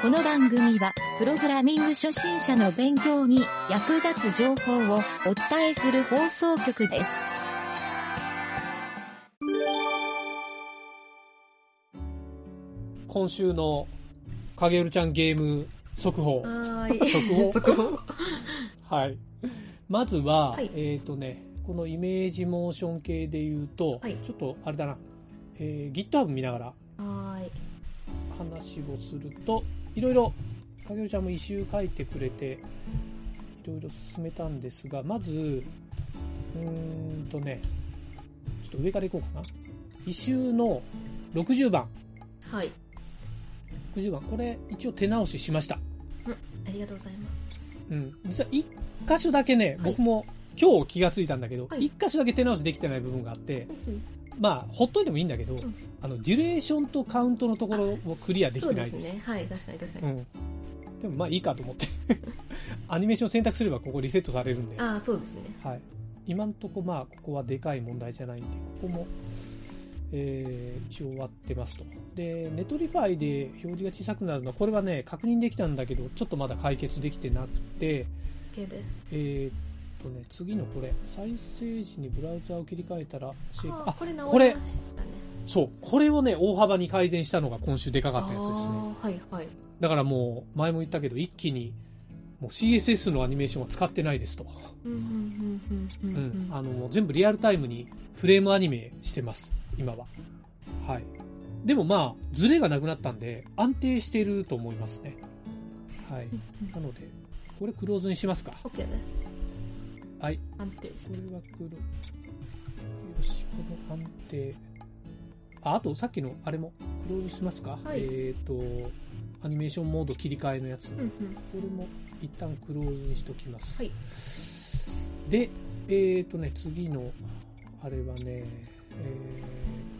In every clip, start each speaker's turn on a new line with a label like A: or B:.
A: この番組は、プログラミング初心者の勉強に役立つ情報をお伝えする放送局です。
B: 今週の影るちゃんゲーム速報。
C: は
B: 速
C: ー
B: 報
C: い。速報。
B: はい。まずは、
C: はい
B: えっ、とね、このイメージモーション系で言うと、
C: はい
B: ちょっとあれだな、えー、GitHub 見ながら
C: はーい。
B: 話をすると、いろいろ、かげるちゃんも一周書いてくれて、いろいろ進めたんですが、まず、うーんとね、ちょっと上からいこうかな。一周の60番。
C: はい。
B: 60番。これ、一応手直ししました。
C: ありがとうございます。
B: うん、実は一箇所だけね、
C: はい
B: 僕も今日気がついたんだけど、一、
C: はい
B: 箇所だけ手直しできてない部分があって、まあ、ほっといてもいいんだけど、
C: ん
B: あの、デュレーションとカウントのところをクリアできてないです。
C: そうですね。はい。確かに確か
B: う
C: に。
B: ん。でもまあいいかと思って。 アニメーション選択すればここリセットされるんで、は
C: ああ、そうですね。
B: い。今んとこまあ、ここはでかい問題じゃないんで、ここも、えー、一応終わってますと。で、ネトリファイで表示が小さくなるのは、これはね、確認できたんだけど、ちょっとまだ解決できてなくて、
C: OK です。
B: えーっとね、次のこれ、再生時にブラウザを切り替えたら、シェイプ
C: あー
B: あ、
C: これ直
B: これ
C: りましたね。
B: そう、これをね、大幅に改善したのが今週でかかったやつですね。
C: あーはいはい。
B: だからもう、前も言ったけど、一気に、もう CSS のアニメーションは使ってないですと。
C: うんうんうんうん
B: う
C: うんん。。
B: あの、もう全部リアルタイムにフレームアニメしてます、今は。はい。でもまあ、ズレがなくなったんで、安定してると思いますね。はい。なので、これクローズにしますか。
C: OK です。
B: はい。
C: 安定し
B: こ
C: て
B: れ
C: る。
B: は黒。よし、この判定。あ、あとさっきのあれもクローズしますか、
C: はい
B: えっ、と、アニメーションモード切り替えのやつ。
C: うんうん。
B: これも一旦クローズにしときます。
C: はい
B: で、えっ、とね、次の、あれはね、え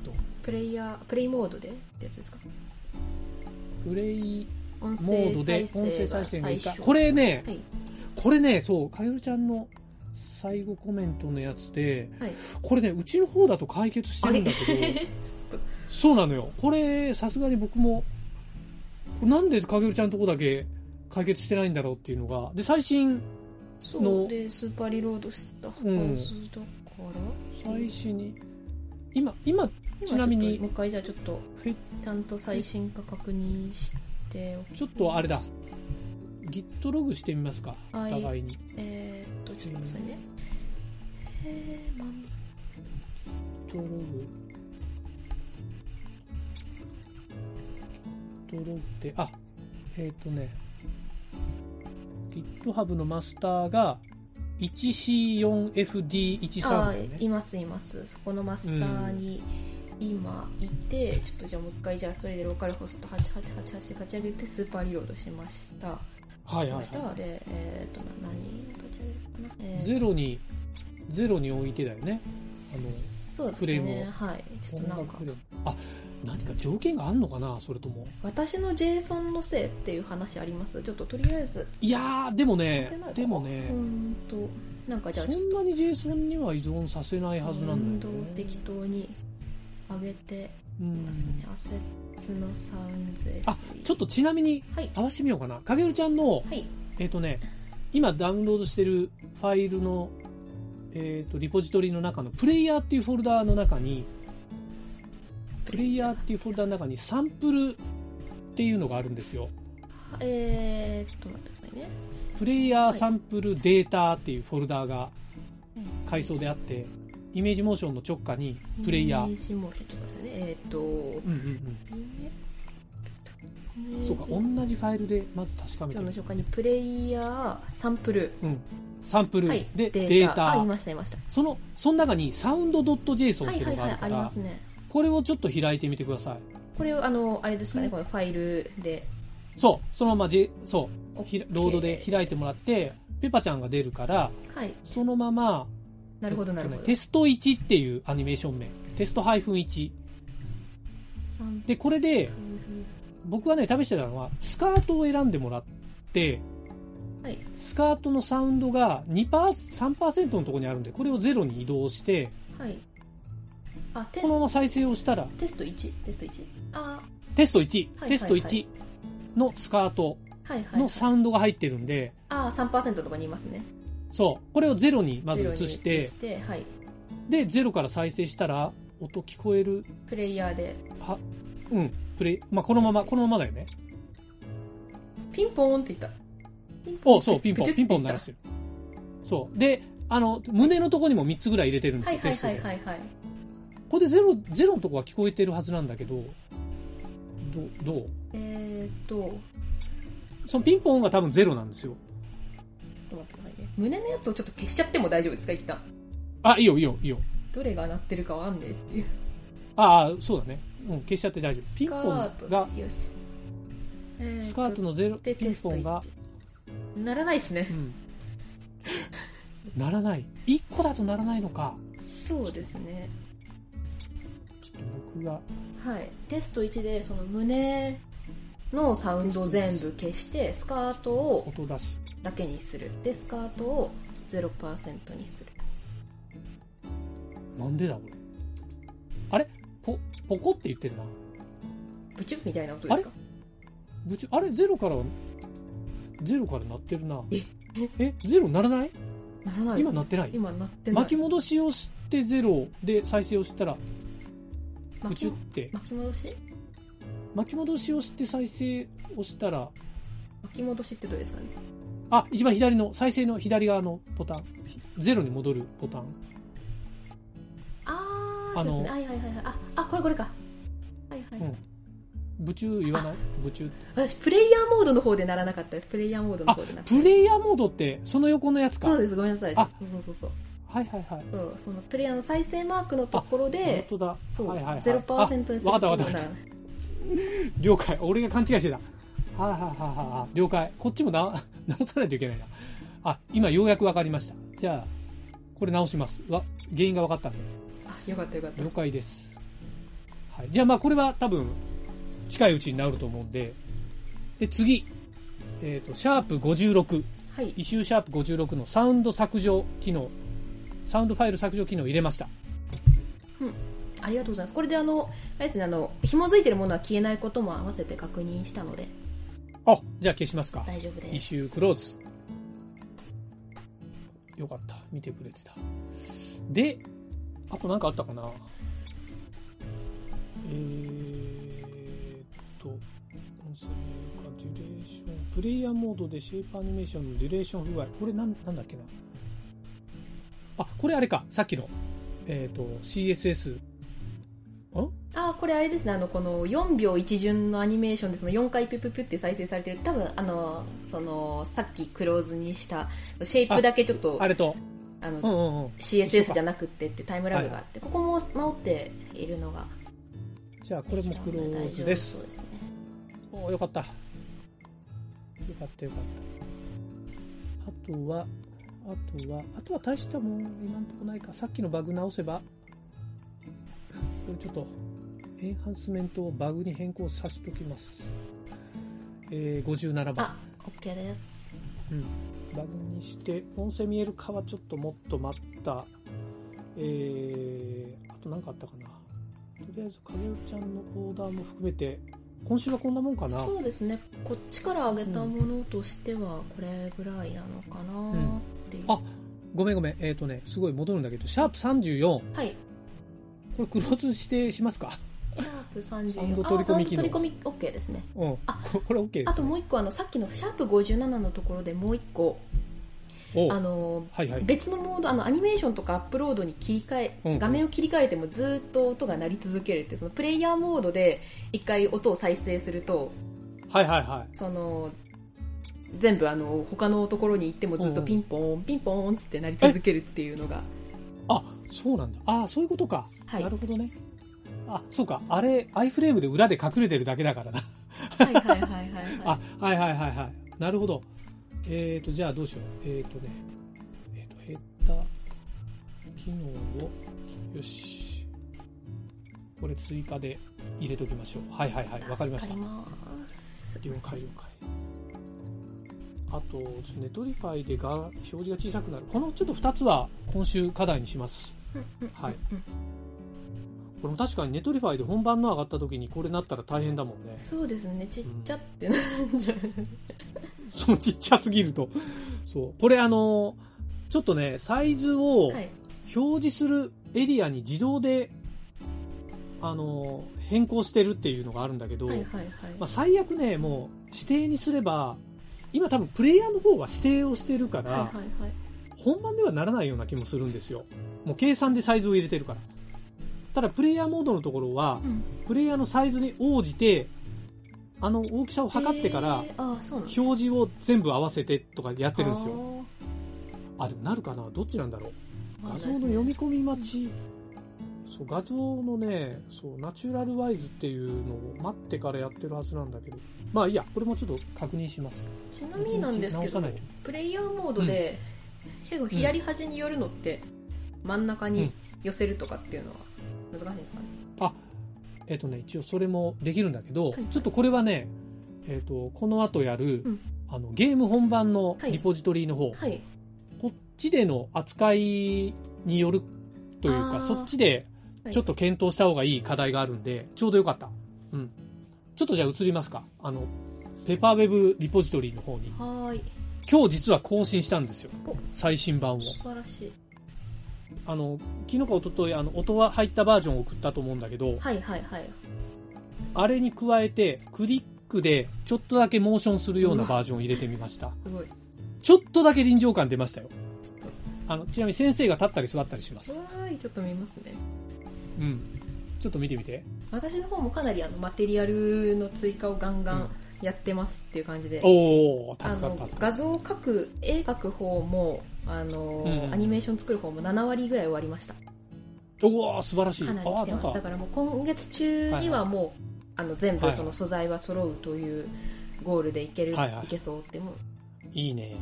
B: っ、と、
C: プレイヤー、プレイモードでってやつですか
B: プレイ
C: 音
B: モード
C: 声再
B: で音声
C: 生
B: 再
C: が
B: 生が
C: 最
B: いた。
C: 初。
B: これね、
C: はい。
B: これね、そう、かよるちゃんの最後コメントのやつで、
C: はい
B: これね、うちの方だと解決して
C: あ
B: る
C: れ
B: ん
C: ち
B: だけど、
C: ょっ
B: そうなのよ。これ、さすがに僕も、これなんでかげるちゃんのとこだけ解決してないんだろうっていうのが、で、最新、
C: と、 そうで、スーパーリロードしたはずだから。
B: 最新に、今、今、
C: 今
B: ちなみに
C: ょっともう一回じゃあちょっと
B: フェ
C: ちゃんと最新化確認して
B: ちょっとあれだ、Git ログしてみますか、お
C: はい
B: 互いに。
C: えー、っとちょっと待ってくださいねえー、まん
B: Git ログ。Git ログって、あ、えっ、とね、GitHub のマスターが 1C4FD13
C: あ
B: だよね。
C: いますいますそこのマスターに今いて、ちょっとじゃあもう一回じゃあそれでローカルホスト8888立ち上げてスーパーリロードしました
B: はい
C: し
B: はい、
C: ました
B: は
C: でえー、っとな何立ち上げるかな、え
B: い。
C: ー
B: ゼロに、ゼロに置いてだよね。あの、
C: そうです
B: フレーム
C: ねはいちょっとなんか
B: 音楽でもあ、何か条件があんのかなそれとも。
C: 私の JSON のせいっていう話ありますちょっととりあえず
B: いやー、でもね
C: 関係ないか、な
B: でもね
C: う、んとなんかじゃあ
B: そんなに JSON には依存させないはずなんだ
C: サウンドを
B: よ、ね。
C: 適当に上げて
B: う
C: ます
B: ん
C: ね。アセッツのサウンズ SE
B: あ、ちょっとちなみに
C: はい
B: 合わせてみようかな。かげるちゃんの、
C: はい
B: えっ、とね、今ダウンロードしてるファイルの、えっ、と、リポジトリの中のプレイヤーっていうフォルダーの中に、プレイヤーっていうフォルダーの中にサンプルっていうのがあるんですよ。
C: えーっと待ってくださいね
B: プレイヤーサンプルデータっていうフォルダーが階層であって、イメージモーションの直下にプレイヤ
C: イメ
B: ー。
C: ージモーションちょっと待ってくださいねえーっと
B: うんうん
C: イメー
B: うん。
C: ジ
B: そうか、同じファイルでまず確かめ
C: 今日
B: て
C: の
B: みる。
C: 紹介にプレイヤーサンプル
B: うん。サンプル
C: はい
B: でデー
C: あい
B: タ。
C: ましたいました
B: その、その中にサウンド .json っ
C: は
B: てい
C: いうは
B: の
C: い
B: が
C: は
B: ある
C: いあ
B: か
C: りま
B: ら
C: す、ね
B: これをちょっと開いてみてください。
C: これをあのあれですかねこのファイルで
B: そう、そのまま、J、そう、ひら
C: OK
B: ロードで開いてもらって、ペパちゃんが出るから、
C: はい
B: そのまま、
C: なるほどなるほ
B: えっ
C: ど
B: とねテスト1っていうアニメーション名。テスト -1。
C: サンプ
B: で、これで、
C: ル
B: 僕がね、試してたのは、スカートを選んでもらって、
C: はい
B: スカートのサウンドが2パー、3%のところにあるんで、これをゼロに移動して、
C: はいあテ
B: このまま再生をしたら、
C: テスト1テスト1あ
B: テスト1、
C: はい
B: テスト1、
C: はい
B: のスカート
C: はいはい
B: のサウンドが入ってるんで、
C: ああ3%とかにいますね
B: そう、これをゼロにまず
C: ゼロに
B: 移して
C: 移、してはい
B: で、ゼロから再生したら、音聞こえる、
C: プレイヤーで
B: は、うん、プレイ、まあ、このまま、このままだよね。
C: ピンポーンって言ったピン
B: おそう、ピンポ
C: ブチュ
B: ン、
C: ッ
B: ピンポン鳴らしてる。そう。で、あの、胸のとこにも3つぐらい入れてるんです
C: は
B: よ、
C: いはい
B: テスト
C: は
B: で
C: いはいはい
B: これでゼロ、ゼロのとこは聞こえてるはずなんだけど、ど、どう
C: えーっとちょ
B: そのピンポンが多分ゼロなんですよ。
C: っと待ってくださいね胸のやつをちょっと消しちゃっても大丈夫ですか一旦
B: あ、いいよ、いいよ、いいよ。
C: どれが鳴ってるかわかんねえっていう
B: ああ、そうだね。うん、消しちゃって大丈夫。ピンポ
C: スカ
B: ンが
C: ー、トよしえーっと
B: スカートのゼロ、
C: で
B: ピンポンが
C: テ、スト1ならないですね
B: うん。 ならない。1個だとならないのか。
C: そうですね
B: ちょっと僕が、
C: はい、テスト1でその胸のサウンドを全部消してスカートを
B: 音出し。
C: だけにするでスカートを0%にする
B: なんでだ、これ。あれポ、ポコって言ってるな。
C: ブチュッみたいな音ですか
B: ぶち、あれ、ゼロからは、ゼロから鳴ってるな。
C: え
B: え、ゼロ鳴らない
C: ならないです
B: 今鳴ってない
C: 今鳴ってない
B: 巻き戻しをしてゼロで再生をしたら、ブチュって。
C: 巻き戻し
B: 巻き戻しをして再生をしたら、
C: 巻き戻しってどれですかね
B: あ、一番左の、再生の左側のボタン。ゼロに戻るボタン。
C: あー
B: あの
C: そうですねはいはいはいはいああこれこれかはいはい、
B: うんブチュー言わないブチューって。
C: 私プレイヤーモードの方で鳴らなかったですプレイヤーモードの方で鳴って
B: プレイヤーモードって、その横のやつか。
C: そう
B: はい
C: ですごめんなさいそう
B: あ
C: そうそうそう
B: はいはい。
C: そうそのプレイヤーの再生マークのところで
B: 本当だ。
C: そう、
B: はいはいはい。
C: 0%にする
B: あわかったわか
C: と
B: った
C: ならない
B: 了解。俺が勘違いしてた。はいはいはいはいはい。了解。こっちもな、 直さないといけないな。あ、今ようやくわかりました。じゃあ、これ直します。わ、原因がわかったんで。
C: あよかったよかった
B: 了解です。はい。じゃあまあこれは多分、近いうちになると思うんで。で、次。えっ、と、シャープ56。
C: はい
B: イシューシャープ56のサウンド削除機能、サウンドファイル削除機能を入れました。
C: ありがとうございます。これであの、あれですね、あの、紐づいてるものは消えないことも合わせて確認したので、
B: あ、じゃあ消しますか。
C: 大丈夫で
B: イ
C: す。
B: シュークローズ。よかった。見てくれてた。で、あとなんかあったかなえーっと、音声がデュレーション、プレイヤーモードでシェイプアニメーションのデュレーション不具合。これなん、なんだっけなあ、これあれか。さっきの、えーっと、CSS。
C: あー、これあれですね、あの、この4秒一巡のアニメーションでその4回ピュピュピュって再生されてる、多分あの、その、さっきクローズにした、シェイプだけちょっと、
B: あれと、
C: あの、
B: うんうんうん。
C: CSS じゃなくってってタイムラグがあって、ここも直っているのが、
B: じゃあこれもクローズです
C: 大丈夫そう。ですね。
B: おーよかった。よかったよかった。あとは、あとは、あとは大したもん今んとこないか。さっきのバグ直せば、これちょっと、エンハンスメントをバグに変更させておきます。えー、57番。
C: あ、OK です。
B: バグにして、音声見えるかはちょっともっと待った。えー、あと何かあったかな。とりあえず、影尾ちゃんのオーダーも含めて、今週はこんなもんかな。
C: そうですね、こっちから上げたものとしては、これぐらいなのかなっていう。
B: あごめんごめん。えっ、とね、すごい戻るんだけど、シャープ34。
C: はい。
B: これクローズしてしますか
C: シャープ34。
B: サウンド取り込み機能
C: あサウンド取り込み OK ですね。
B: うん。
C: あ
B: ここれ OK です、ね。
C: あともう一個、あの、さっきのシャープ57のところでもう一個、
B: お
C: あの、
B: はいはい。
C: 別のモード、あの、アニメーションとかアップロードに切り替
B: うんう
C: え、
B: ん
C: 画面を切り替えてもずーっと音が鳴り続けるって、そのプレイヤーモードで一回音を再生すると、
B: はいはいは
C: その、全部あの、他のところに行ってもずっ
B: うんう
C: と
B: ん
C: ピンポーン、ピンポーンつって鳴り続けるっていうのが、
B: い。あ、そうなんだ。あそういうことか。
C: はい
B: なるほどね。あ、そうか。あれ、アイフレームで裏で隠れてるだけだからな。
C: はいはいはいはいはい。
B: あ、はいはいはいはい。なるほど。えーと、じゃあどうしよう。えーとね、えーと、ヘッダー、機能を、よし。これ追加で入れときましょう。はいはいはい。わかりまし
C: 助か
B: た
C: り。ます。
B: 了解了解あとネトリファイでが表示が小さくなるこのちょっと2つは今週課題にします
C: うんうんうんうん
B: はいこれも確かにネトリファイで本番の上がった時にこれなったら大変だもんね。
C: そうですね、ちっちゃってなっちゃう。
B: そのちっちゃすぎると。そう。これあの、ちょっとね、サイズを
C: はい。
B: 表示するエリアに自動で、あの、変更してるっていうのがあるんだけど、
C: はいはいはい。
B: まあ、最悪ね、もう指定にすれば、今多分プレイヤーの方は指定をしてるから、
C: はいはいはい。
B: 本番ではならないような気もするんですよ。もう計算でサイズを入れてるから。ただ、プレイヤーモードのところは、
C: うん
B: プレイヤーのサイズに応じて、あの大きさを測ってから
C: え、ーあーそうなんです
B: 表示を全部合わせてとかやってるんですよ。
C: よ。
B: あ、でもなるかなどっちなんだろう。
C: あー
B: 画像の読み込み待ち。そう、画像のね、そう、ナチュラルワイズっていうのを待ってからやってるはずなんだけど。まあいいや、これもちょっと確認します。
C: ちなみになんですけ
B: 直さ
C: ど
B: ないと、
C: プレイヤーモードで、結構左端に寄るのって、真ん中に寄せるとかっていうのは難しいんですかね。
B: えっとね、一応それもできるんだけど、
C: はい
B: ちょっとこれはね、えっと、この後やる、
C: うん
B: あのゲーム本番の
C: はい
B: リポジトリの方、
C: はい。
B: こっちでの扱いによるという
C: あ
B: か、
C: ー
B: そっちでちょっと検討した方がいい課題があるんで、ちょうどよかった。うん。ちょっとじゃあ移りますか。あの、ペパーウェブリポジトリの方に。
C: はーい。
B: 今日実は更新したんですよ
C: お。
B: 最新版を。
C: 素晴らしい。
B: あの、昨日か一昨日あの、音が入ったバージョンを送ったと思うんだけど、
C: はいはいはい。
B: あれに加えて、クリックでちょっとだけモーションするようなバージョンを入れてみました。
C: すごい。
B: ちょっとだけ臨場感出ましたよ。あの、ちなみに先生が立ったり座ったりします。
C: はーい、ちょっと見ますね。
B: うん。ちょっと見てみて。
C: 私の方もかなりあのマテリアルの追加をガンガ
B: うん
C: ンやってますっていう感じで、
B: おー、
C: あ
B: 助かる
C: の
B: 助か
C: 画
B: る。
C: 像を描く絵描く方もあの、
B: うん
C: アニメーション作る方も7割ぐらい終わりました
B: おー、素晴らしい。
C: かなり来てますだからもう今月中にはもう、あの全
B: は
C: 部
B: いはい
C: その素材は揃うというゴールでいける、
B: はい
C: い
B: はい
C: けそうってもう
B: いいね。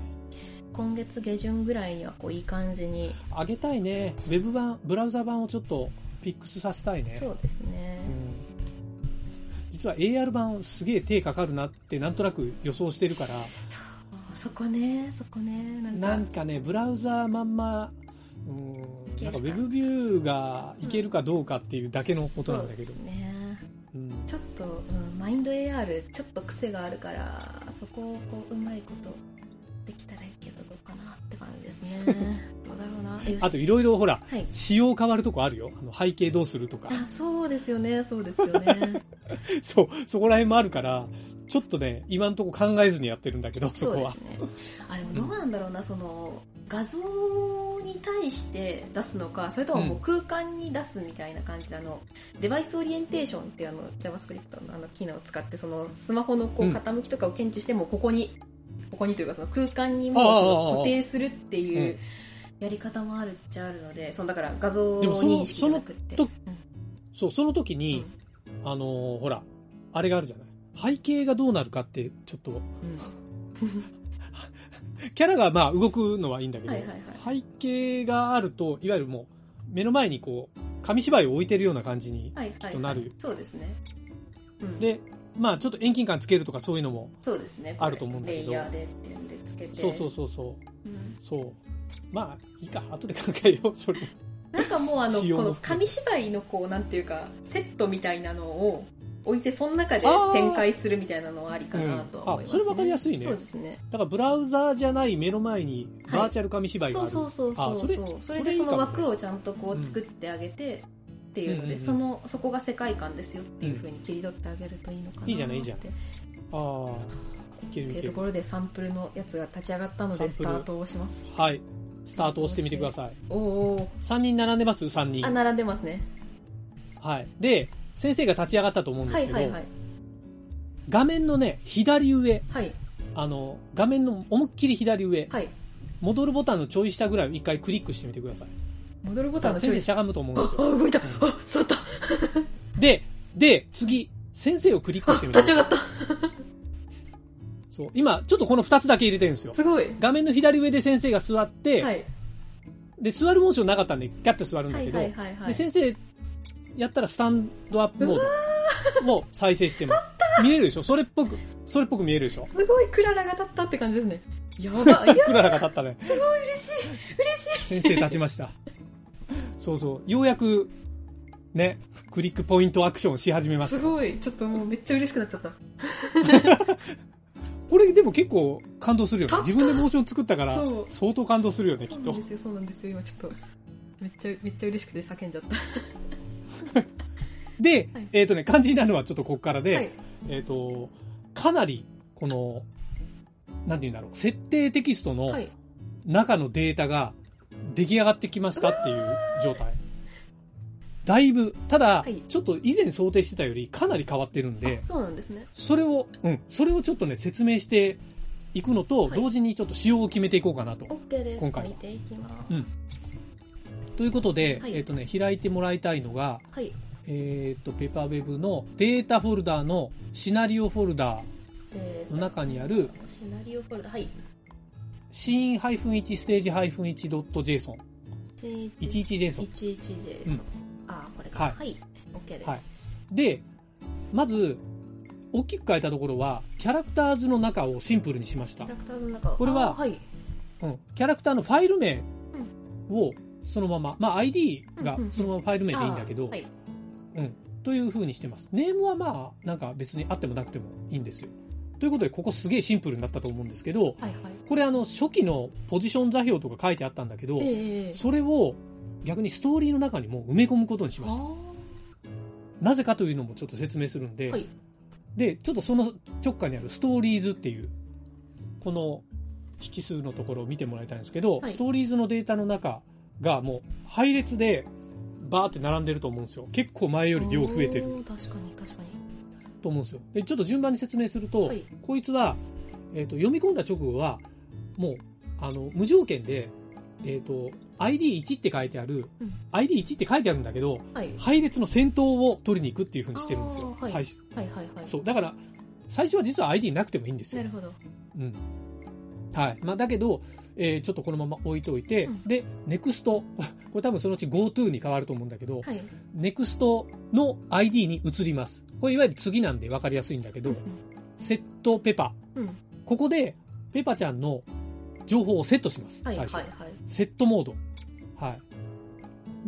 C: 今月下旬ぐらいにはこういい感じに、
B: あげたいね。ウェブ版、ブラウザ版をちょっとピックスさせたいね。
C: そうですね
B: う、ん実は AR 版すげえ手かかるなってなんとなく予想してるから、
C: あそこねそこねなんか
B: なんかね、ブラウザーまんま、うーん、
C: いけ
B: な
C: る
B: ん
C: か
B: かウェブビューがいけるかどうかっていうだけのことなんだけど
C: そうで、すね
B: うん、
C: ちょっと、うん、マインド AR ちょっと癖があるからそこをこううまいことできたらいいけどどうかなって感じですね どうだろうなよし
B: あといろいろほら、
C: はい
B: 仕様変わるとこあるよ。あの背景どうするとか。
C: あそうですよねそうですよね
B: そう、そこら辺もあるから、ちょっとね、今んとこ考えずにやってるんだけど、
C: そ
B: そ
C: う
B: こ
C: で
B: は
C: す。ねあでもどうなんだろうな、その画像に対して出すのかそれとももう空間に出すみたいな感じで、あのデバイスオリエンテーションっていうあの JavaScript のあの機能を使ってそのスマホのこう
B: うん
C: 傾きとかを検知してもうここに、ここにというかその空間に
B: ああああ
C: も
B: あ
C: う
B: あ
C: 固定するって
B: う
C: い
B: ん
C: うやり方もあるっちゃあるのでそのだから画像
B: でもその
C: 認識じゃなくって
B: その
C: うん
B: そう、その時に、あのーほら、あれがあるじゃない。背景がどうなるかって、ちょっと、
C: うん
B: キャラがまあ動くのはいいんだけど、
C: はいはい
B: 背景があると、いわゆるもう、目の前にこう、紙芝居を置いてるような感じに、
C: はいはいはい
B: となる
C: そうですね、うん、
B: で、まあちょっと遠近感つけるとかそういうのも、
C: そうですね
B: あると思うんだけど
C: レイヤーでっていうんでつけて
B: そうそうそうそう、
C: うん
B: そう。まあ、いいか、後で考えよう、 それ。
C: なんかもうあ の
B: 仕
C: こ
B: 様も
C: の
B: 含
C: 紙芝居のこうなんていうかセットみたいなのを置いてその中で
B: あー
C: 展開するみたいなのはありかなとは思います、ね
B: うんあそれわかりやすいね
C: そうですね
B: だからブラウザーじゃない目の前に
C: はい
B: バーチャル紙芝居があ
C: そ
B: る。
C: うそうそう
B: あ
C: そうそ
B: それ
C: うそれ
B: それい
C: で
B: いか
C: そ
B: もね
C: の枠をちゃんとこう作ってあげて、っていうの
B: うんうん
C: で、
B: うん
C: そのそこが世界観ですよっていうふうに切り取ってあげるといいのかなって
B: いいじゃないいいじゃないああ、いけ
C: っ
B: る
C: て
B: い
C: い
B: け
C: うと
B: る
C: こ。ろでサンプルのやつが立ち上がったの
B: サン
C: で
B: プ
C: ス
B: ル
C: タートをします
B: はい。スタートをしてみてください。
C: おーお
B: 3人並んでます3
C: ーあ
B: 人。
C: 並んでますね
B: はい。で、先生が立ち上がったと思うんで
C: は
B: す
C: い
B: け
C: はい
B: ど
C: は、い
B: 画面のね、左上、
C: はい
B: あの、画面の思いっきり左上、
C: はい
B: 戻るボタンのちょい下ぐらいを一回クリックしてみてください。
C: 戻るボ
B: 多
C: タン
B: 分
C: の
B: 先
C: 注
B: 生
C: 意
B: しゃがむと思うん
C: あ、あ
B: ですよ。
C: 動いた。あ、座った。
B: で、で、次、先生をクリック
C: あ
B: してみて
C: 立
B: く
C: ち上
B: ださい。
C: がった。
B: そう。今、ちょっとこの2つだけ入れてるんですよ。
C: すごい。
B: 画面の左上で先生が座って、
C: はい。
B: で、座るモーションなかったんで、ガッて座るんだ
C: は
B: け
C: い
B: ど、
C: はいはいは
B: で、
C: い。
B: 先生、やったらスタンドアップモードを再生してます。見えるでしょそれっぽく、それっぽく見えるでしょ
C: すごいクララが立ったって感じですね。やばい。いや、
B: クララが立ったね。
C: 嬉しい。嬉しい。
B: 先生立ちました。そうそう。ようやく、ね、クリックポイントアクションし始めます。
C: すごい。ちょっともうめっちゃ嬉しくなっちゃった。
B: これでも結構感動するよね。
C: たった
B: 自分でモーション作ったから
C: そう
B: 相当感動するよね、き
C: そ
B: っ
C: うな
B: と
C: んで。すよ、そうなんですよ。今ちょっと、めっちゃ、めっちゃ嬉しくて叫んじゃった。
B: で、
C: はい
B: えっ、とね、肝心なのはちょっとここからで、
C: はい。
B: えっ、と、かなり、この、なんて言うんだろう、設定テキスト
C: は
B: の
C: い。
B: 中のデータが出来上がってきましたっていう状態。だいぶ、ただ、
C: はい
B: ちょっと以前想定してたよりかなり変わってるんで、
C: そうなんですね。
B: それを、うん、それをちょっとね、説明していくのと、
C: はい
B: 同時にちょっと仕様を決めていこうかなと。
C: OK です。
B: 今回は
C: 見ていきます。
B: うんということで、
C: はい
B: えっ、とね、開いてもらいたいのが、
C: はい。
B: えっ、と、ペーパーウェブのデータフォルダーのシナリオフォルダ
C: え
B: ーの中にある、
C: ー、シナリオフォルダ、はい。
B: scene-1 ステージ -1.json、11json。
C: 11J
B: う
C: です
B: ん。
C: あー、これ
B: は
C: か
B: い。
C: はい。OK です。
B: で、まず、大きく変えたところは、キャラクターズの中をシンプルにしまし
C: キ
B: た
C: ャラ。クターズの中を
B: これは
C: あーはい。
B: うん、キャラクターのファイル名をそのまま、まあ、ID が
C: うんうんうん
B: そのままファイル名でいいんだけ
C: あ
B: ど
C: ー、はい。
B: うん、というふうにしてます。ネームはまあ、なんか別にあってもなくてもいいんですよ。ということで、ここすげえシンプルになったと思うんですけど、
C: はいはい。
B: これあの、初期のポジション座標とか書いてあったんだけど、
C: ええ
B: それを逆にストーリーの中にもう埋め込むことにしました。なぜかというのもちょっと説明するんで、
C: はい
B: で、ちょっとその直下にあるストーリーズっていう、この引数のところを見てもらいたいんですけど、
C: はい
B: ストーリーズのデータの中がもう配列でバーって並んでると思うんですよ。結構前より量増えてる
C: おー確かに確かに。
B: と思うんですよ。で、ちょっと順番に説明すると、
C: はい
B: こいつは、えっ、と、読み込んだ直後は、もう、あの、無条件で、えっ、と、ID1 って書いてある、
C: うん
B: ID1 って書いてあるんだけど、
C: はい。
B: 配列の先頭を取りに行くっていう風にしてるんですよ
C: あ、ーはい
B: 最初。
C: はいはいはい。
B: そう、だから、最初は実は ID なくてもいいんです
C: な
B: よ
C: る。ほど。
B: うん。はい。まあ、だけど、えーちょっとこのまま置いといて、
C: うん
B: で、NEXT、こ れ多分そのうち GoTo に変わると思うんだけど、
C: はい。
B: NEXT の ID に移ります。これいわゆる次なんで分かりやすいんだけど、セットペパ。
C: うん。
B: ここで、ペパちゃんの情報をセットします。
C: はいは
B: 最
C: い
B: 初。
C: はい。
B: セットモード。はい。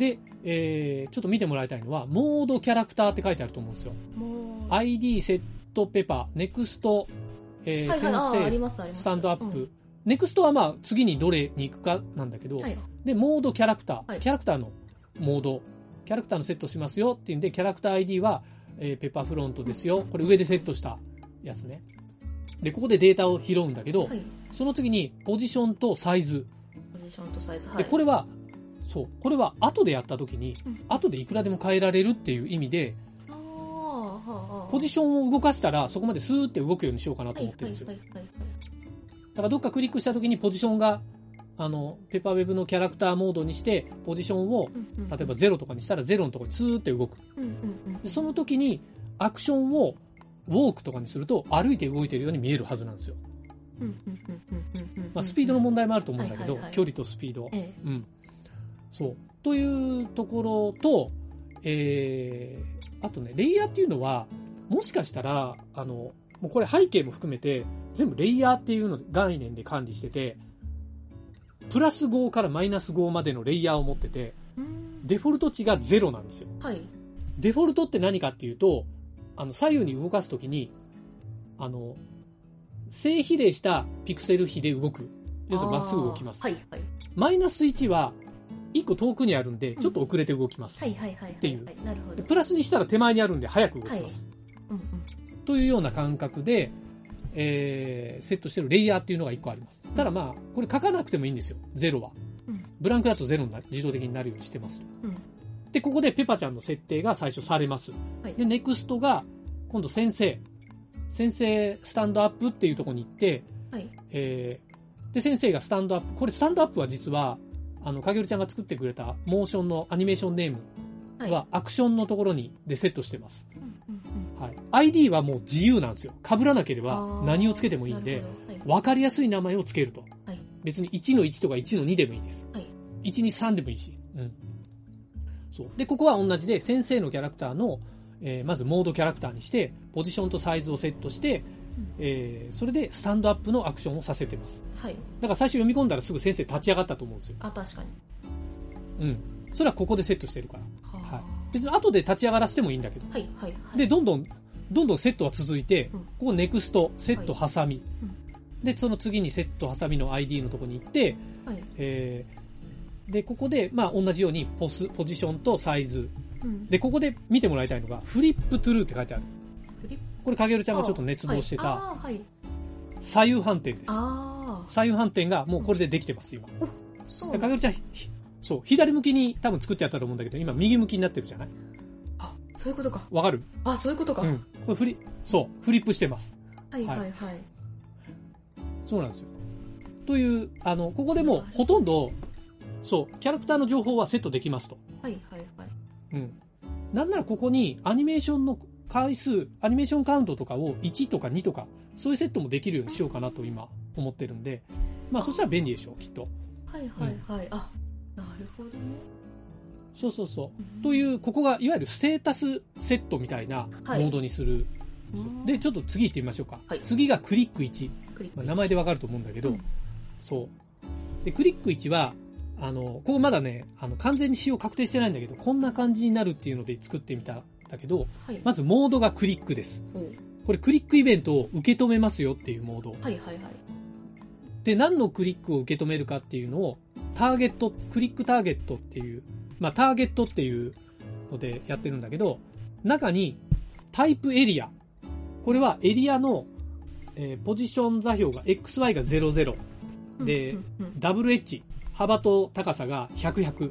B: で、えーちょっと見てもらいたいのは、モードキャラクターって書いてあると思うんですよ。
C: もう、
B: ID セットペパ、ネクスト、えー
C: はいはい、あーあり
B: 先
C: ますありま
B: 生、
C: す。
B: スタンドアッ
C: うん
B: プ。ネクストはまあ次にどれに行くかなんだけど、
C: はい。
B: で、モードキャラクター、
C: はい
B: キャラクターのモード、キャラクターのセットしますよっていうんで、キャラクター ID は、えーペッパーフロントですよ。これ上でセットしたやつね。で、ここでデータを拾うんだけど、
C: はい。
B: その次にポジションとサイズ。
C: ポジションとサイズ。は
B: で、
C: い。
B: これは、そう、これは後でやった時に
C: うん、
B: 後でいくらでも変えられるっていう意味で、
C: あーはあはあ
B: ポジションを動かしたら、そこまでスーって動くようにしようかなと思ってるんですよ。
C: はいはいはい
B: だからどっかクリックした時にポジションが、あの、ペッパーウェブのキャラクターモードにして、ポジション
C: はい
B: を、
C: はい。
B: 例えば
C: うん
B: 0とかにしたら0のところにスーって動く。
C: うんうんう
B: で
C: ん、
B: その時に、アクションを、ウォークとかにすると、歩いて動いてるように見えるはずなんですよ。
C: うんうんうんうんうんうんうん
B: まあ、スピードの問題もあると思うんだけ
C: は
B: ど
C: いはいは、い
B: 距離とスピード。
C: え
B: うん。そう。というところと、えー、あとね、レイヤーっていうのは、もしかしたら、あの、もうこれ背景も含めて、全部レイヤーっていうので概念で管理してて、プラス5からマイナス5までのレイヤーを持ってて、
C: えうん
B: デフォルト値が0なんですよ。
C: はい
B: デフォルトって何かっていうと、あの、左右に動かすときに、あの、正比例したピクセル比で動く。要するにまっすぐ動きます。
C: あーはいはい
B: マイナス1は、1個遠くにあるんで、
C: うん
B: ちょっと遅れて動きます。
C: はいはいはいはい
B: ていう
C: はいなるほ
B: で
C: ど
B: プラスにしたら手前にあるんで、早く動きます。
C: はいうんうん
B: というような感覚で、えーセットしてるレイヤーっていうのが1個あります。ただまあ、これ書かなくてもいいんですよ、0は。
C: うん
B: ブランクだと0にな自動的になるようにしてます。
C: うん
B: で、ここでペパちゃんの設定が最初されます。
C: はい
B: で、ネクストが、今度先生。先生、スタンドアップっていうところに行って、
C: はい
B: えーで、先生がスタンドアップ。これ、スタンドアップは実は、あの、かげるちゃんが作ってくれたモーションのアニメーションネーム
C: はい
B: は、アクションのところに、でセットしてます。
C: うんうん
B: はい。ID はもう自由なんですよ。被らなけれ
C: うん
B: ば
C: あー
B: 何をつけてもいいんで
C: なる、ほどはい
B: わかりやすい名前をつけると。
C: はい
B: 別に1の1とか1の2でもいいです。
C: はい
B: 1、2、3でもいいし。うん。そう。で、ここは同じで、先生のキャラクターの、えーまずモードキャラクターにして、ポジションとサイズをセットして、
C: うん
B: えーそれでスタンドアップのアクションをさせてます。
C: はい
B: だから最初読み込んだらすぐ先生立ち上がったと思うんですよ。
C: あ確かに
B: うん。それはここでセットしてるから。
C: は
B: は別に後で立ち上がらせてもいいんだけど。
C: はいはいはい。
B: で、どんどん、どんどんセットは続いて、
C: うん
B: ここネクスト、セット、ハサミ
C: う。
B: で、その次にセット、ハサミの ID のとこに行って、
C: はい。
B: えーで、ここで、まあ、同じようにポス、ポジションとサイズ。
C: うん、
B: で、ここで見てもらいたいのが、フリップトゥルーって書いてある。
C: フリップ
B: これ、かげるちゃんがちょっと熱望してた、
C: あーはい。
B: 左右反転です。
C: あーはいあ
B: 左右反転がもうこれでできてます、今。
C: ー、そうな
B: か
C: んだ
B: げるちゃん、ひそう、左向きに多分作ってやったと思うんだけど、今右向きになってるじゃない
C: あ、そういうことか。
B: わかる
C: あ、そういうことか。
B: うん。これフリ、そう、フリップしてます。
C: はいはいはい。
B: そうなんですよ。という、あの、ここでもうほとんど、そう、キャラクターの情報はセットできますと。
C: はいはいはい。
B: うん。なんならここにアニメーションの回数、アニメーションカウントとかを1とか2とか、そういうセットもできるようにしようかなと今思ってるんで、まあそしたら便利でしょう、きっと。
C: はいはいはい。あ、なるほどね。
B: そうそうそう。と
C: う
B: いう、ここがいわゆるステータスセットみたいなモードにする。
C: ん、
B: で、ちょっと次行ってみましょうか。
C: はい
B: 次がクリック1。
C: クリック
B: まあ、名前でわかると思うんだけど、
C: うん
B: そう。で、クリック1は、あの、ここまだね、あの、完全に仕様確定してないんだけど、こんな感じになるっていうので作ってみたんだけど、
C: はい。
B: まずモードがクリックです。
C: お
B: これクリックイベントを受け止めますよっていうモード。
C: はいはいはい。
B: で、何のクリックを受け止めるかっていうのを、ターゲット、クリックターゲットっていう、まあ、ターゲットっていうのでやってるんだけど、中にタイプエリア。これはエリアの、えーポジション座標が XY が00。で
C: うんうんうん
B: ダブルエッジ、幅と高さが100、100。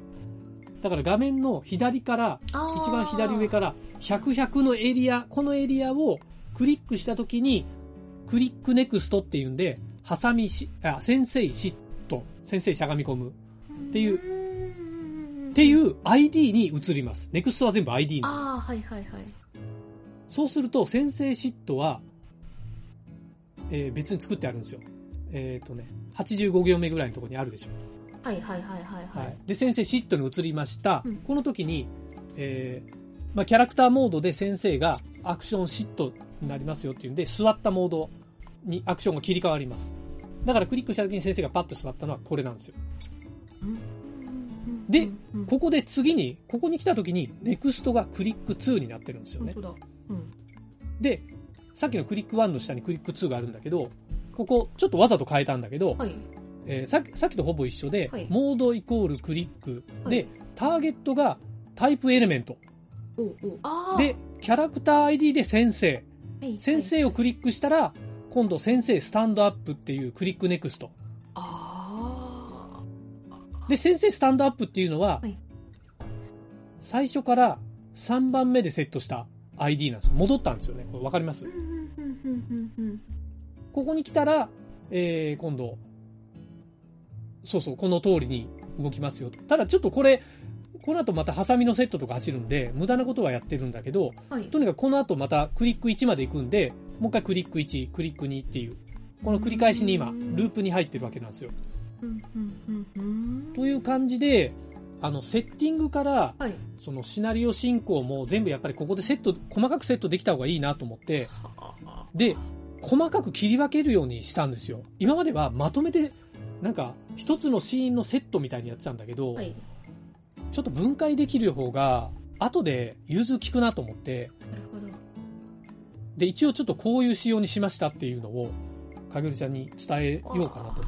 B: だから画面の左から、
C: あー
B: 一番左上から、100、100のエリア、このエリアをクリックしたときに、クリックネクストっていうんで、ハサミし、あ、先生嫉妬、先生しゃがみ込むっていう
C: う。
B: っていうう ID に移ります。ネクストは全部 ID に。
C: ああ、はいはいはい。
B: そうすると、先生嫉妬は、えー別に作ってあるんですよ。えっ、とね、85行目ぐらいのところにあるでしょ。
C: はいはいはいはいは
B: はいい。、で先生シットに移りました、
C: うん
B: この時に、えーまあ、キャラクターモードで先生がアクションシットになりますよっていうんで座ったモードにアクションが切り替わりますだからクリックした時に先生がパッと座ったのはこれなんですよ
C: うん
B: で
C: うんうん
B: ここで次にここに来た時にネクストがクリック2になってるんですよ
C: 本
B: ね
C: 当だ。うん。
B: でさっきのクリック1の下にクリック2があるんだけどここちょっとわざと変えたんだけど、
C: はい。
B: えーさっきさっきとほぼ一緒で、
C: はい
B: モードイコールクリック
C: は
B: で、
C: い
B: ターゲットがタイプエレメント
C: おうおうああ。
B: で、キャラクター ID で先生。
C: はいはい
B: 先生をクリックしたら、今度先生スタンドアップっていうクリックネクスト。
C: あ
B: で、先生スタンドアップっていうのは
C: はい、
B: 最初から3番目でセットした ID なんですよ。戻ったんですよね。これわかります
C: あ。うんうんうんうんうん
B: ここに来たら、えー、今度、そうそう、この通りに動きますよと。ただちょっとこれ、この後またハサミのセットとか走るんで、無駄なことはやってるんだけど、
C: うん。はい。
B: とにかくこの後またクリック1まで行くんで、もう一回クリック1、クリック2っていう、この繰り返しに今、
C: うん
B: ループに入ってるわけなんですよ。
C: うんうんうんうん。
B: という感じで、あの、セッティングから、
C: はい。
B: そのシナリオ進行も全部やっぱりここでセット、細かくセットできた方がいいなと思って、で、細かく切り分けるようにしたんですよ。今まではまとめて、なんか、一つのシーンのセットみたいにやってたんだけど、
C: はい。
B: ちょっと分解できる方が、後で融通効くなと思って、
C: なるほど。
B: で、一応ちょっとこういう仕様にしましたっていうのを、かぐるちゃんに伝えようかなと。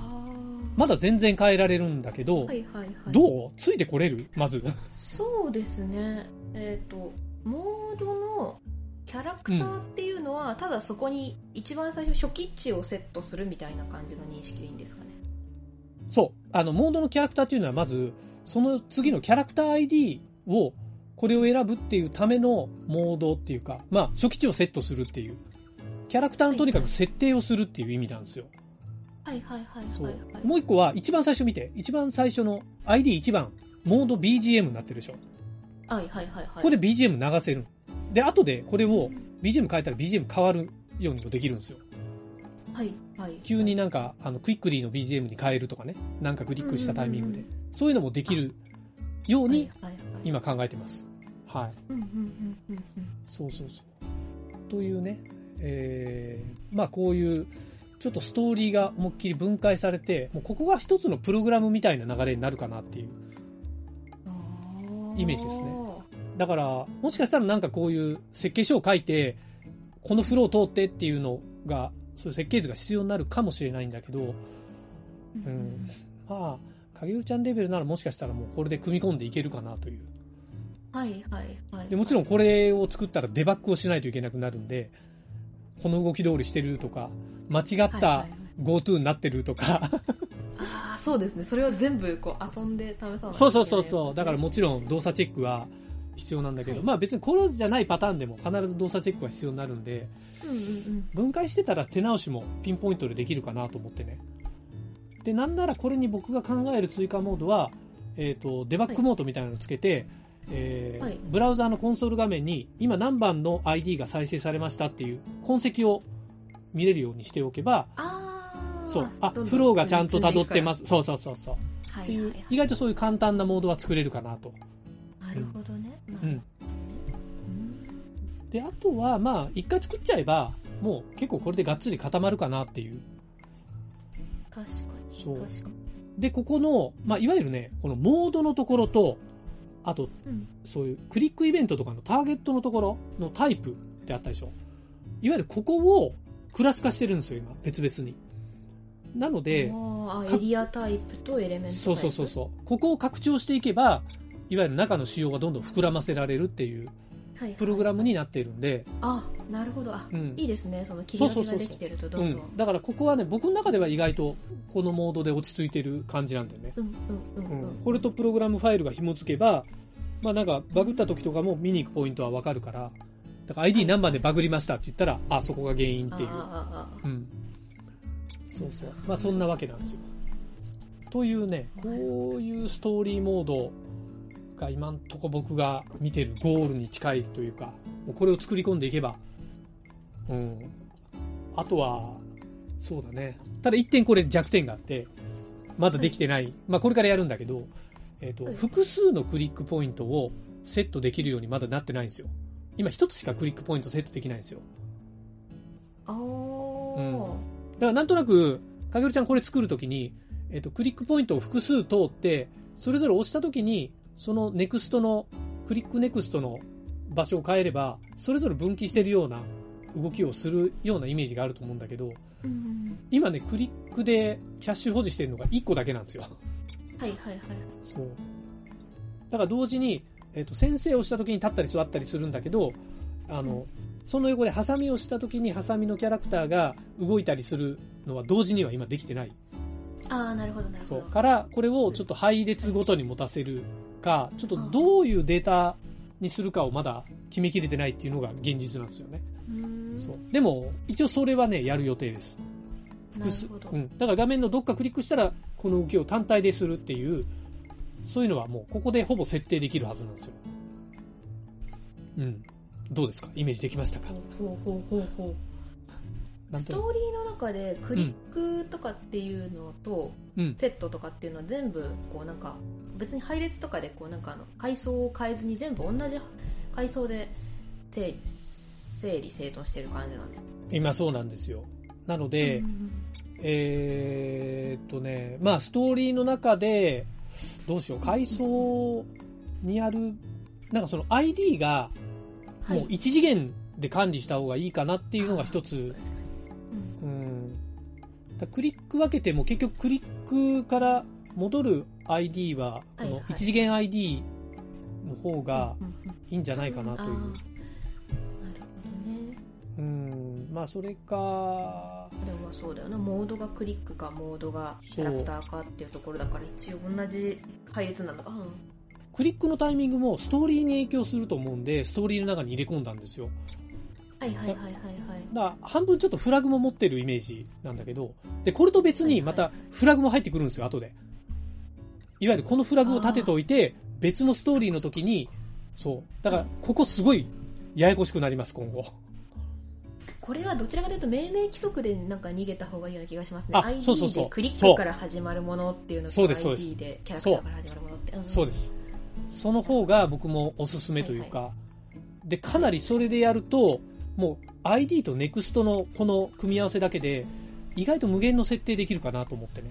B: ま
C: だ、
B: だ全然変えられるんだけど、
C: はいはいはい、
B: どうついてこれるま ず。
C: そうですね、えっとモードのキャラクターっていうのは、ただそこに一番最初初期値をセットするみたいな感じの認識でいいんですかね
B: そう。あの、モードのキャラクターっていうのは、まず、その次のキャラクター ID を、これを選ぶっていうためのモードっていうか、まあ、初期値をセットするっていう。キャラクターのとにかく設定をするっていう意味なんですよ。
C: はいはいはい
B: そ
C: は
B: う
C: いは。い
B: もう一個は、一番最初見て。一番最初の ID1 番、モード BGM になってるでしょ。
C: はいはいはいはい
B: ここで BGM 流せる。で、後でこれを BGM 変えたら BGM 変わるようにもできるんですよ。
C: はいはい
B: 急になんか、あの、クイックリーの BGM に変えるとかね。なんかクリックしたタイミングで。そういうのもできるよう
C: うんうんうん
B: に
C: はいはいはい
B: 今考えてます。はい。
C: うんうんうんうんうん
B: そうそうそう。というね、えー、まあこういう、ちょっとストーリーが思いっきり分解されて、もうここが一つのプログラムみたいな流れになるかなっていう。
C: あー
B: イメージですねだから、もしかしたらなんかこういう設計書を書いて、このフローを通ってっていうのが、そういう設計図が必要になるかもしれないんだけど、うんまあ、影るちゃんレベルならもしかしたらもうこれで組み込んでいけるかなという。
C: はいはいはい。
B: でもちろんこれを作ったらデバッグをしないといけなくなるんで、この動き通りしてるとか、間違っ
C: はいはいは
B: た
C: い
B: GoTo になってるとか、
C: ああ、そうですね。それを全部こう遊んで試さないといけない
B: そうそうそうそう、だから
C: も
B: もちろん動作チェックは必要なんだけど、
C: はい
B: まあ別にこれじゃないパターンでも必ず動作チェックは必要になるんで、
C: うんうんうん。
B: 分解してたら手直しもピンポイントでできるかなと思ってね。で、なんならこれに僕が考える追加モードは、えっ、と、デバッグモードみたいなのをつけて、えー
C: はい
B: ブラウザーのコンソール画面に今何番の ID が再生されましたっていう痕跡を見れるようにしておけば、
C: ああ、。
B: そう、あ、フローがちゃんと辿ってますす。そうそうそうそう。
C: は
B: って
C: い
B: い
C: は
B: う
C: い、
B: 意外とそういう簡単なモードは作れるかなと。
C: はい。なるほどね。な
B: う
C: る
B: ん。
C: ほどね
B: で、あとは、まあ、一回作っちゃえば、もう結構これでがっつり固まるかなっていう。
C: うん確かに。
B: そう
C: 確かに。
B: で、ここの、まあ、いわゆるね、このモードのところと、あと、
C: うん
B: そういうクリックイベントとかのターゲットのところのタイプってあったでしょ。いわゆるここをクラス化してるんですよ、今、別々に。なので、
C: あーあエリアタイプとエレメントタイプ。
B: そうそうそうそう。ここを拡張していけば、いわゆる中の仕様がどんどん膨らませられるっていう
C: はいはい
B: プログラムになっているんで、
C: あ、なるほど。あ、
B: うん
C: いいですね。その切り分け
B: そうそ
C: が
B: うそうそう
C: できてると、ど
B: うん
C: どん。
B: ん、だからここはね僕の中では意外とこのモードで落ち着いてる感じなんだよね、
C: うんうんう
B: うん
C: んうん。
B: これとプログラムファイルが紐付けば、まあ、なんかバグった時とかも見に行くポイントは分かるからだから ID 何番でバグりましたって言ったらあそこが原因っていう、
C: あーあーあ
B: うん、そうそうまあそんなわけなんですよというねこういうストーリーモードが今んとこ僕が見てるゴールに近いというかもうこれを作り込んでいけばうんあとはそうだねただ一点これ弱点があってまだできてない、まあこれからやるんだけど、えっと
C: はい
B: 複数のクリックポイントをセットできるようにまだなってないんですよ今一つしかクリックポイントセットできないんですよ
C: あ。あー
B: うんだからなんとなく、かげるちゃんこれ作るときに、えっ、と、クリックポイントを複数通って、それぞれ押したときに、そのネクストの、クリックネクストの場所を変えれば、それぞれ分岐してるような動きをするようなイメージがあると思うんだけど、
C: うんうん
B: 今ね、クリックでキャッシュ保持してるのが1個だけなんですよ。
C: うん。はいはいはい。
B: そう。だから同時に、えっ、と、先生をした時に立ったり座ったりするんだけど、あの、
C: うん
B: その横でハサミをした時にハサミのキャラクターが動いたりするのは同時には今できてない。
C: ああ、なるほどなる
B: そ
C: ほ
B: う。
C: ど。
B: から、これをちょっと配列ごとに持たせるか、ちょっとどういうデータにするかをまだ決めきれてないっていうのが現実なんですよね。
C: うーん
B: そう。でも、一応それはね、やる予定です。
C: な
B: 複
C: る
B: 数
C: ほど。
B: うん、だから画面のどっかクリックしたらこの動きを単体でするっていうそういうのはもうここでほぼ設定できるはずなんですようんどうですかイメージできましたか
C: ほうほうほうほ
B: な
C: う。
B: ん
C: ス
B: と
C: ト
B: なく
C: ーリーの中でクリックとかっていうのと、
B: うん
C: セットとかっていうのは全部こうなんか別に配列とかでこうなんかあの階層を変えずに全部同じ階層で整理整理整頓してる感じなんです
B: 今そうなんですよなので、えーっとねまあストーリーの中でどうしよう階層にあるなんかその ID が
C: はい
B: もう一次元で管理した方がいいかなっていうのが一つ、
C: 確かにうん
B: うん、だからクリック分けても結局クリックから戻る ID は、こ
C: はい
B: の
C: はい
B: 一次元 ID の方が
C: うんうん
B: いいんじゃないかなという。
C: あーなるほどね
B: うん、まあそれか、
C: でもまあそうだよなモードがクリックかモードがキャラクターかっていうところだから一応同じ配列なのか、うん、
B: クリックのタイミングもストーリーに影響すると思うんで、ストーリーの中に入れ込んだんですよ。
C: はいはいはいはいはい
B: だから半分ちょっとフラグも持ってるイメージなんだけど、で、これと別にまたフラグも入ってくるんですよ、後で。いわゆるこのフラグを立てておいて、別のストーリーの時に、そう。だから、ここすごいややこしくなります、今後。
C: これはどちらかというと命名規則でなんか逃げた方がいいような気がしますね
B: あ
C: ID
B: そうそうそう
C: でクリッ
B: そう
C: クから始まるものっていうのと
B: そうですそうです
C: ID でキャラクターから始まるものって、ん
B: そうです。その方が僕もおすすめというか、で、かなりそれでやると、もう ID と NEXT のこの組み合わせだけで、意外と無限の設定できるかなと思ってね。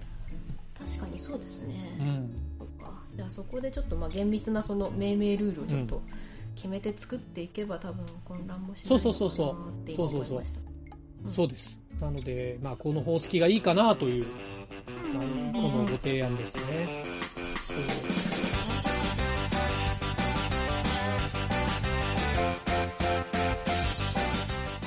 C: 確かにそうですね、
B: うん。
C: そうかじゃあそこでちょっとまあ厳密なその命名ルールをちょっと決めて作っていけば多分混乱もしない
B: そうそうそうそう
C: のかなって今思いましたうん
B: そうです。なので、まあ、この方式がいいかなという、
C: うん
B: あのこのご提案ですね。そう